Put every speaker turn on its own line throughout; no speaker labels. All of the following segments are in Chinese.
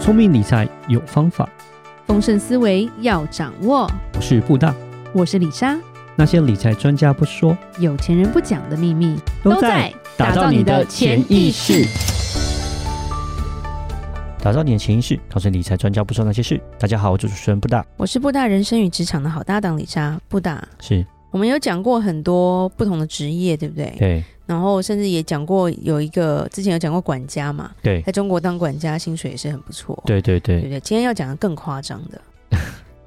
聪明理财有方法，
丰盛思维要掌握。
我是布大。
我是李莎，
那些理财专家不说，
有钱人不讲的秘密
打造你的潜意识。。打造你的潜意识，告诉你理财专家不说那些事。大家好，我是主持人布大，
我是布大人生与职场的好搭档李莎。布大，
是
我们有讲过很多不同的职业，对不对？
对
然后甚至也讲过有一个，之前有讲过管家嘛，
对
在中国当管家薪水也是很不错，
对对
对不
对，
对？今天要讲的更夸张的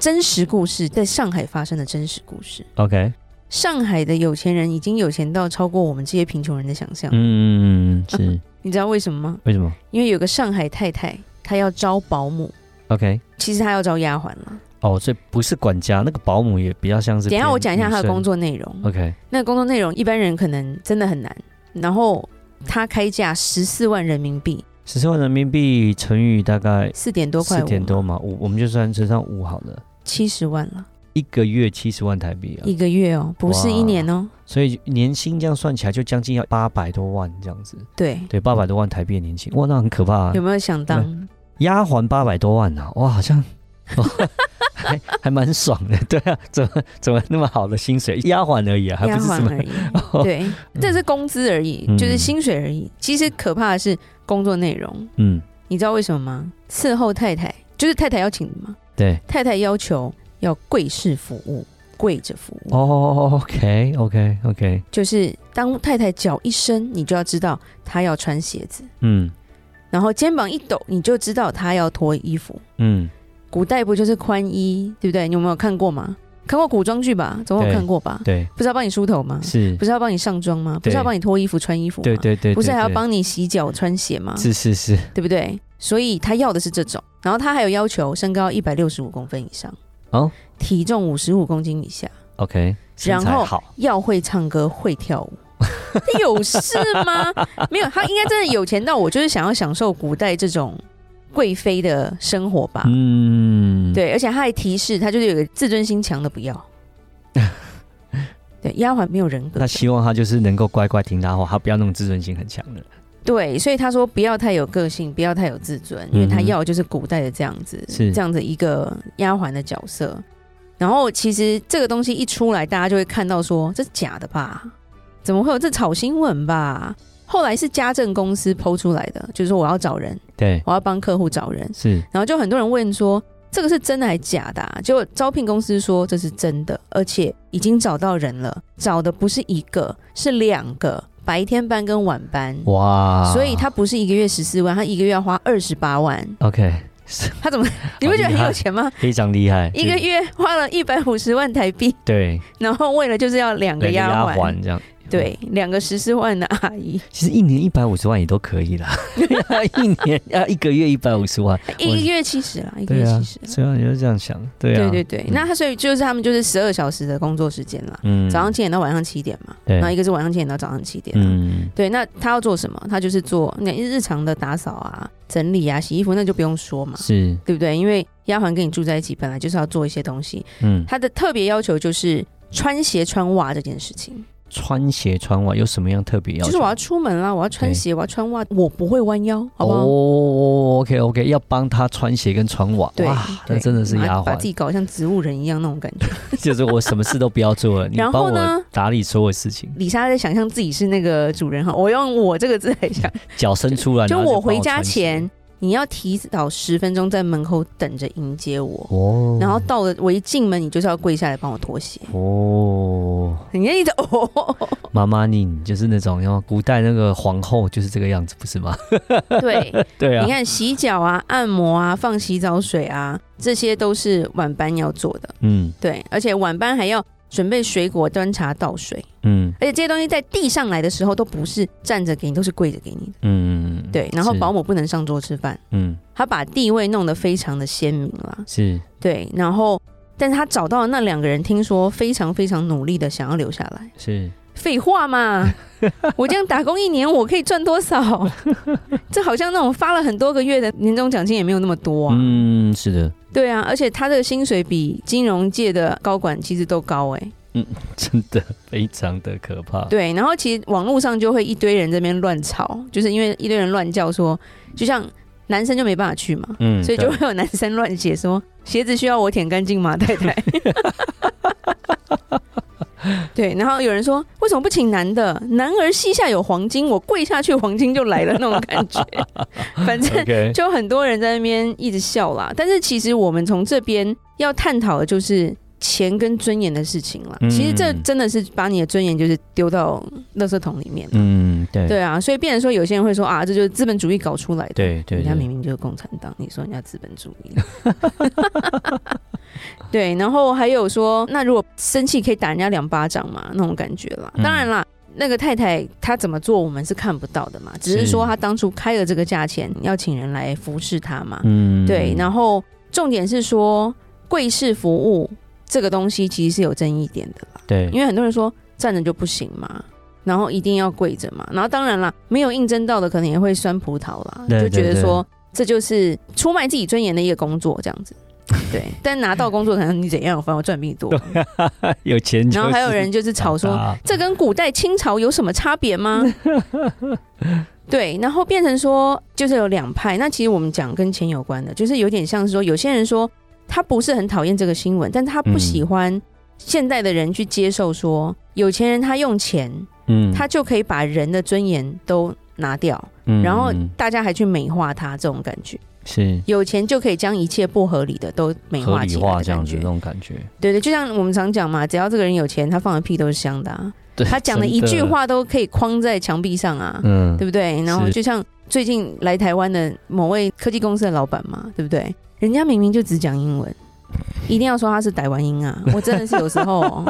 真实故事，在上海发生的真实故事。
，OK，
上海的有钱人已经有钱到超过我们这些贫穷人的想象，
嗯，是
你知道为什么吗？
为什么
因为有个上海太太，她要招保姆，
？OK，
其实她要招丫鬟了。
哦，所以不是管家，那个保姆也比较像是
等
偏女
一
生。
下我讲一下她的工作内容。
，OK，
那个工作内容一般人可能真的很难。然后她开价十四万人民币，
十四万人民币乘以大概
四点多块
四
五，
点多嘛，五我们就算乘上五好了，
七十万了，
一个月七十万台币啊，
一个月哦，不是一年哦。
所以年薪这样算起来就将近要八百多万这样子，
对，
对，八百多万台币的年薪，哇，那很可怕、啊
嗯有。没有想当？
丫鬟八百多万啊，哇，好像 还还蛮爽的， 对啊，怎么怎么那么好的薪水？丫鬟而 已啊，还
丫
不是什
鬟
么哦
而已，对，这是工资而已，
嗯
就是薪水而已。其实可怕的是工作内容，
嗯，
你知道为什么吗？伺候太太就是太太要请的嘛，
对
太太要求要跪式服务，跪着服务，
哦，OK OK OK，
就是当太太脚一伸，你就要知道她要穿鞋子，
嗯
然后肩膀一抖，你就知道她要脱衣服。
嗯，
古代不就是宽衣，对不对？你有没有看过吗？看过古装剧吧？总有
对
看过吧？
对，
不是要帮你梳头吗？
是
不，是要帮你上妆吗？不是要帮你脱衣服、穿衣服吗？
对对对，
不是还要
对，
帮你洗脚、穿鞋吗
对？是是是，
对不对？所以他要的是这种，然后他还有要求身高一百六十五公分以上，
哦
体重五十五公斤以下，
OK，身
然
材
后
好，
要会唱歌、会跳舞。 这有事吗？没有，他应该真的有钱到我就是想要享受古代这种贵妃的生活吧。
嗯，
啊对，而且他还提示他就是有个自尊心强的不要。对，丫鬟没有人格
那。希望他就是能够乖乖听他话，他不要那种自尊心很强的。
对，所以他说不要太有个性，不要太有自尊，因为他
嗯哼
要的就是古代的这样子，
是
这样子一个丫鬟的角色。然后其实这个东西一出来，大家就会看到说这是假的吧？怎么会有这炒新闻吧？后来是家政公司剖出来的，就是说我要找人，
对，
我要帮客户找人，
是
然后就很多人问说这个是真的还假的、啊？结果招聘公司说这是真的，而且已经找到人了，找的不是一个，是两个，白天班跟晚班。
哇，
所以他不是一个月十四万，他一个月要花二十 八万。
OK 是
他怎么？ 你不觉得很有钱吗？
非常厉害，
一个
就
月花了一百五十万台币，
对
然后为了就是要
两
两个
个
丫
丫
鬟，
鬟这样。
对，两个十四万的阿姨，
其实一年一百五十万也都可以 啦，一年啊一个月一百五十万，
一个月七十啦，一个
对
月
啊
七十，。
虽然就是这样想，对啊，
对对对，
嗯
那他所以就是他们就是十二小时的工作时间啦，
嗯
早上七点到晚上七点嘛，
对
然后一个是晚上七点到早上七点啊。
嗯
对，那他要做什么？他就是做那日常的打扫啊、整理啊、洗衣服，那就不用说嘛，
是
对不对？因为丫鬟跟你住在一起，本来就是要做一些东西，
嗯
他的特别要求就是穿鞋穿袜这件事情，
穿鞋穿袜有什么样特别要
就
求？
是我要出门啦，我要穿鞋，我要穿袜，我不会弯腰，好不好？
哦，OK OK，要帮他穿鞋跟穿袜，
对
哇，，那
对
真的是丫
把
鬟
自，己搞得像植物人一样那种感觉。
就是我什么事都不要做了，你
然
帮
后呢
我打理所有事情，
李莎在想象自己是那个主人哈，我用我这个字 来想，
脚伸出来，
就
然后
我
帮
回家
穿鞋
前，你要提早十分钟在门口等着迎接我，
哦，
然后到了我一进门，你就是要跪下来帮我脱鞋。
哦，
你看你 的哦，
妈妈你就是那种，然后古代那个皇后就是这个样子，不是吗？
对，
对啊
你，看洗脚啊、按摩啊、放洗澡水啊，这些都是晚班要做的。
嗯
对，而且晚班还要准备水果、端茶倒水，
嗯
而且这些东西在递上来的时候都不是站着给你，都是跪着给你的。
嗯，
对，然后
是
保姆不能上桌吃饭，
嗯
他把地位弄得非常的鲜明啦。
是
对，然后但是他找到的那两个人，听说非常非常努力的想要留下来。
是，
废 话嘛，我这样打工一年，我可以赚多少？这好像那种发了很多个月的年终奖金也没有那么多啊。
嗯是的，
对啊，而且他的薪水比金融界的高管其实都高哎、
真的非常的可怕。
对，然后其实网络上就会一堆人这边乱吵，就是因为一堆人乱叫说，就像男生就没办法去嘛，
嗯，
所以就
对
会有男生乱写说鞋子需要我舔干净吗，太 太？对，然后有人说为什么不请男的？男儿膝下有黄金，我跪下去黄金就来了那种感觉。反 正
OK，
就很多人在那边一直笑啦。但是其实我们从这边要探讨的就是钱跟尊严的事情啦。
嗯
其实这真的是把你的尊严就是丢到垃圾桶里面。
嗯，对，
对啊，所以变成说有些人会说啊，这就是资本主义搞出来的。
对对
人家
对
明明就是共产党，你说人家资本主义。 对，然后还有说，那如果生气可以打人家两巴掌嘛，那种感觉啦。
嗯
当然啦，那个太太她怎么做我们是看不到的嘛，只是说
是
她当初开了这个价钱，要请人来服侍她嘛。
嗯，
对，然后重点是说贵式服务这个东西其实是有争议点的啦，
对，
因为很多人说站着就不行嘛。然后一定要跪着嘛，然后当然啦，没有应征到的可能也会酸葡萄啦，
对
就觉
对
得
对
说这就是出卖自己尊严的一个工作这样子， 对。但拿到工作可能你怎样，反正我赚比你多。
有钱就
然后还有
是
人就是吵说，
啊
这跟古代清朝有什么差 别吗？对，然后变成说就是有两派。那其实我们讲跟钱有关的，就是有点像是说，有些人说他不是很讨厌这个新闻，但他不喜欢现代的人去接受说，有钱人他用钱，
嗯，
他就可以把人的尊严都拿掉，
嗯，
然后
嗯
大家还去美化他这种感觉，
是
有钱就可以将一切不合理的都美
合
化
理
起
化
来的
这样
感
子
觉
那。种感觉，
对对，就像我们常讲嘛，只要这个人有钱，他放的屁都是香的、啊。
对，
他讲的
真
一句，话都可以框在墙壁上啊，
嗯，
对不对？然后
是
就像最近来台湾的某位科技公司的老板嘛，对不对？人家明明就只讲英 文，一定要说他是台湾音啊！我真的是有 时候，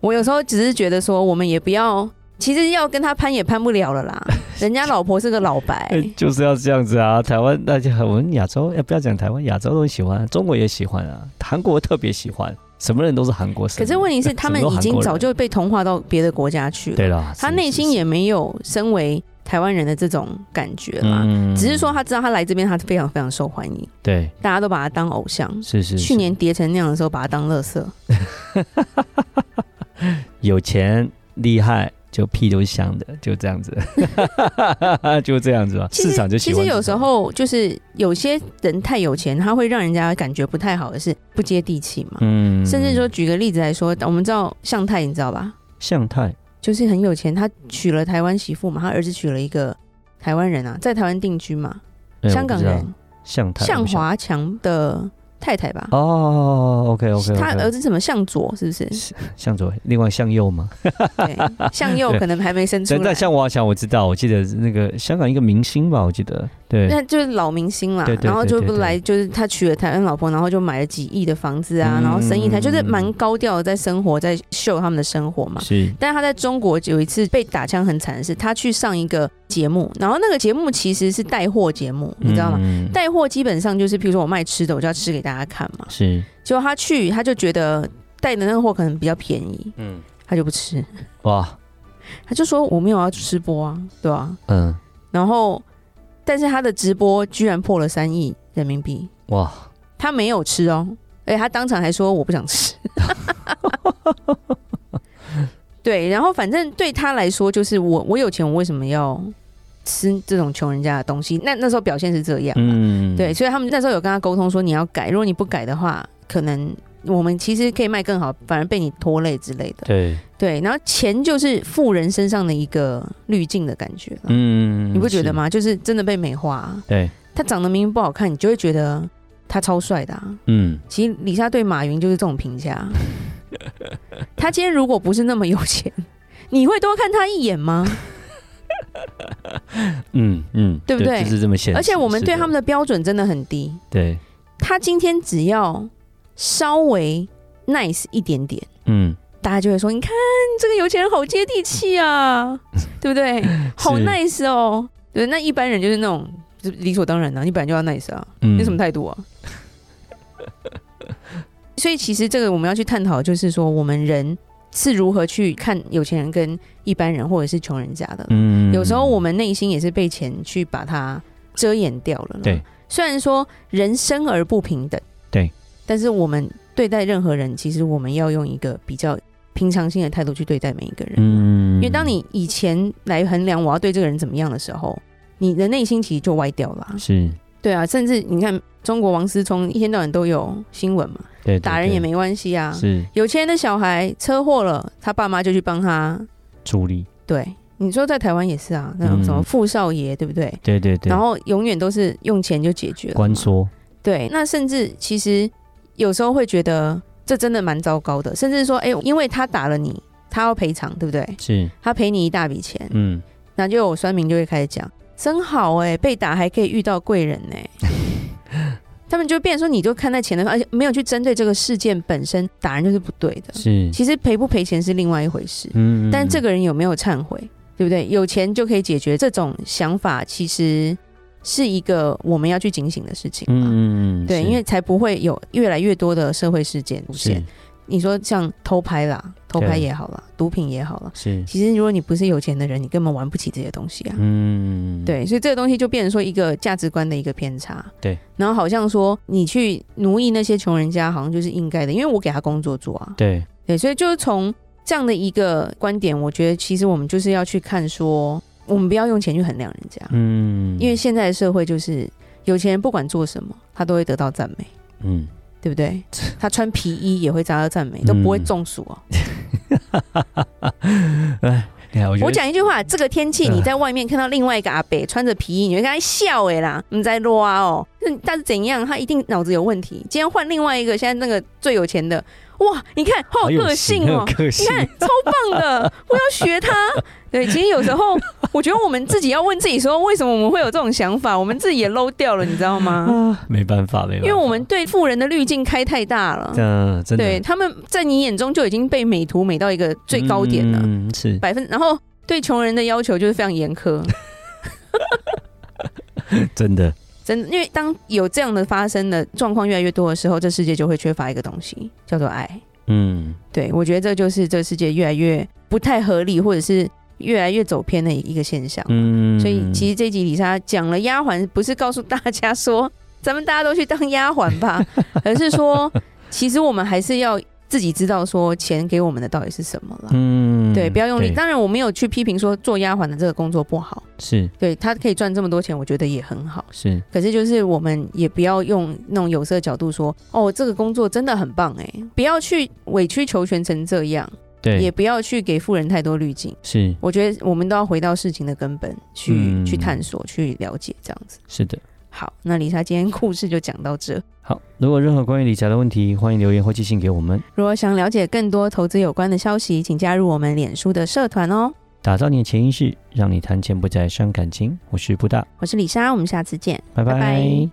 我有时候只是觉得说，我们也不要，其实要跟他攀也攀不了了 啦。人家老婆是个老白，
呃就是要这样子啊！台湾大家我们亚洲，要不要讲台湾？亚洲都很喜欢，中国也喜欢啊，韩国特别喜欢，什么人都是韩国神。
可是问题是，
什么
他们
都
已
韩
经
国人
早就被同化到别的国家去了，
对啦，
他
是
内心
是
也没有身为台湾人的这种感觉
是
啦。
嗯
只是说他知道他来这边，他非常非常受欢迎，
对，
大家都把他当偶像。
是是
去
是
年跌成那样的时候，把他当垃圾。
有钱厉害，就屁都香的，就这样子， 就这样子吧。
其实
市场就喜
其
欢
实有
这
时
种
候就是有些人太有钱，他会让人家感觉不太好的是不接地气嘛。
嗯，
甚至说，举个例子来说，我们知道向太，你知道吧？
向太，
就是很有钱，他娶了台湾媳妇嘛，他儿子娶了一个台湾人啊，在台湾定居嘛，
哎
香港，
我不知
人
道向太，
向
我不晓
华强的太太吧
得。哦，OK OK，
他呃儿子什么向左是不是？
向左，另外向右吗？
对， 向右可能还没生出
真
来
的，向华强我知道，我记得那个香港一个明星吧，我记得对，
那就是老明星啦
对，对
然后
对
就
对
不
对
来，就是他娶了台湾老婆，然后就买了几亿的房子
嗯
啊，然后生意台就是蛮高调的，在生活，在秀他们的生活嘛。
是
但是他在中国有一次被打枪很惨的是，他去上一个节目，然后那个节目其实是带货节目，你知道吗？
嗯
带货基本上就是，譬如说我卖吃的，我就要吃给大家看嘛。
是，
结果他去，他就觉得带的那个货可能比较便宜，
嗯，
他就不吃，
哇，
他就说我没有要吃播啊，对吧、
嗯，
然后，但是他的直播居然破了三亿人民币，
哇，
他没有吃哦，而且他当场还说我不想 吃。对，然后反正对他来说，就是我我有钱，我为什么要吃这种穷人家的东西？那那时候表现是这样，
嗯，
对，，所以他们那时候有跟他沟通说你要改，如果你不改的话，可能我们其实可以卖更好，反而被你拖累之类的。
对，
对，然后钱就是富人身上的一个滤镜的感觉了，
嗯，
你不觉得
是？
吗？就是真的被美化啊、
对，
他长得明明不好看，你就会觉得他超帅的、啊。
嗯，
其实李莎对马云就是这种评 价。啊他今天如果不是那么有钱，你会多看他一眼吗？
嗯嗯，
对不对
就是这么现实。
而且我们
是
对
的
他们的标准真的很低。
对，
他今天只要稍微 nice 一点点，
嗯，
大家就会说：“你看这个有钱人好接地 气啊，对不对？好 nice 哦。”对，那一般人就是那种就是理所当然的、你本来就要 nice 啊。
嗯，
你什么态 度啊？所以其实这个我们要去探讨，就是说我们人是如何去看有钱人跟一般人或者是穷人家的。
嗯，
有时候我们内心也是被钱去把它遮掩掉了。
对，
虽然说人生而不平等，
对，
但是我们对待任何人，其实我们要用一个比较平常心的态度去对待每一个人。
嗯，
因为当你以前来衡量我要对这个人怎么样的时候，你的内心其实就歪掉了啊、
是
对啊，甚至你看中国王思聪一天到晚都有新闻嘛，
对对
打人
对
也没关系啊。
是
有钱人的小孩车祸了，他爸妈就去帮他。
助力，
对，你说在台湾也是啊，那种
嗯
什么富少爷，对不对？
对对对，
然后永远都是用钱就解决了嘛
关说，
对，那甚至其实有时候会觉得这真的蛮糟糕的，甚至说，哎、因为他打了你，他要赔偿，对不对？
是，
他赔你一大笔钱，
嗯，
那就有酸民就会开始讲，真好哎、被打还可以遇到贵人呢、 他们就变成说，你就看在钱的，而且没有去针对这个事件本身，打人就是不对的。
是，
其实赔不赔钱是另外一回事，
嗯，嗯
但这
嗯
个人有没有忏悔，对不对？有钱就可以解决，这种想法其实是一个我们要去警醒的事情嘛。
嗯嗯嗯，
对，
是
因为才不会有越来越多的社会事件出现
是。
你说像偷拍啦，偷拍
对
也好啦，毒品也好啦，
是，
其实如果你不是有钱的人，你根本玩不起这些东西啊。
嗯，
对，所以这个东西就变成说一个价值观的一个偏差。
对，
然后好像说你去奴役那些穷人家，好像就是应该的，因为我给他工作做啊。
对，
对，所以就是从这样的一个观点，我觉得其实我们就是要去看说，我们不要用钱去衡量人家，
嗯，
因为现在的社会就是有钱人不管做什么，他都会得到赞美。
嗯，
对不对？他穿皮衣也会遭到赞美，都不
嗯
会中暑哦。
哎呀，我觉
我
得
讲一句话，这个天气
嗯
你在外面看到另外一个阿北穿着皮衣，你会跟他笑哎啦，你在撸啊哦。那但是怎样，他一定脑子有问题。今天换另外一个，现在那个最有钱的，哇，你看好
好
有
有
个
型
性哦
很，有个
你
性，
看超棒的，我要学他。对，其实有时候我觉得我们自己要问自己说，为什么我们会有这种想法？我们自己也 low 掉了，你知 道吗？
啊，没办法，没办法，
因为我们对富人的滤镜开太大了。
嗯，真的
对，他们在你眼中就已经被美图美到一个最高点了，
嗯，是，
百分。然后对穷人的要求就是非常严 苛，
真的，
真的。因为当有这样的发生的状况越来越多的时候，这世界就会缺乏一个东西，叫做爱。
嗯，
对我觉得这就是这世界越来越不太合理，或者是越来越走偏的一个现象。
嗯，
所以其
实
实这集李莎讲了丫鬟，不是告诉大家说咱们大家都去当丫鬟 吧，而是说其实我们还是要自己知道说钱给我们的到底是什么了。
嗯，
对，不要用力。
对
当然，我没有去批评说做丫鬟的这个工作不好，
是
对他可以赚这么多钱，我觉得也很好。
是，
可是就是我们也不要用那种有色角度说，哦，这个工作真的很棒哎，不要去委曲求全成这样，
对，
也不要去给富人太多滤镜。
是
我觉得我们都要回到事情的根本去、
嗯
去探索、去了解这样子。
是的。
好，那李莎今天故事就讲到这。
好，如果有任何关于理财的问题，欢迎留言或寄信给我们。
如果想了解更多投资有关的消息，请加入我们脸书的社团哦。
打造你的潜意识，让你谈钱不再伤感情。我是布大，
我是李莎，我们下次见。
拜
拜拜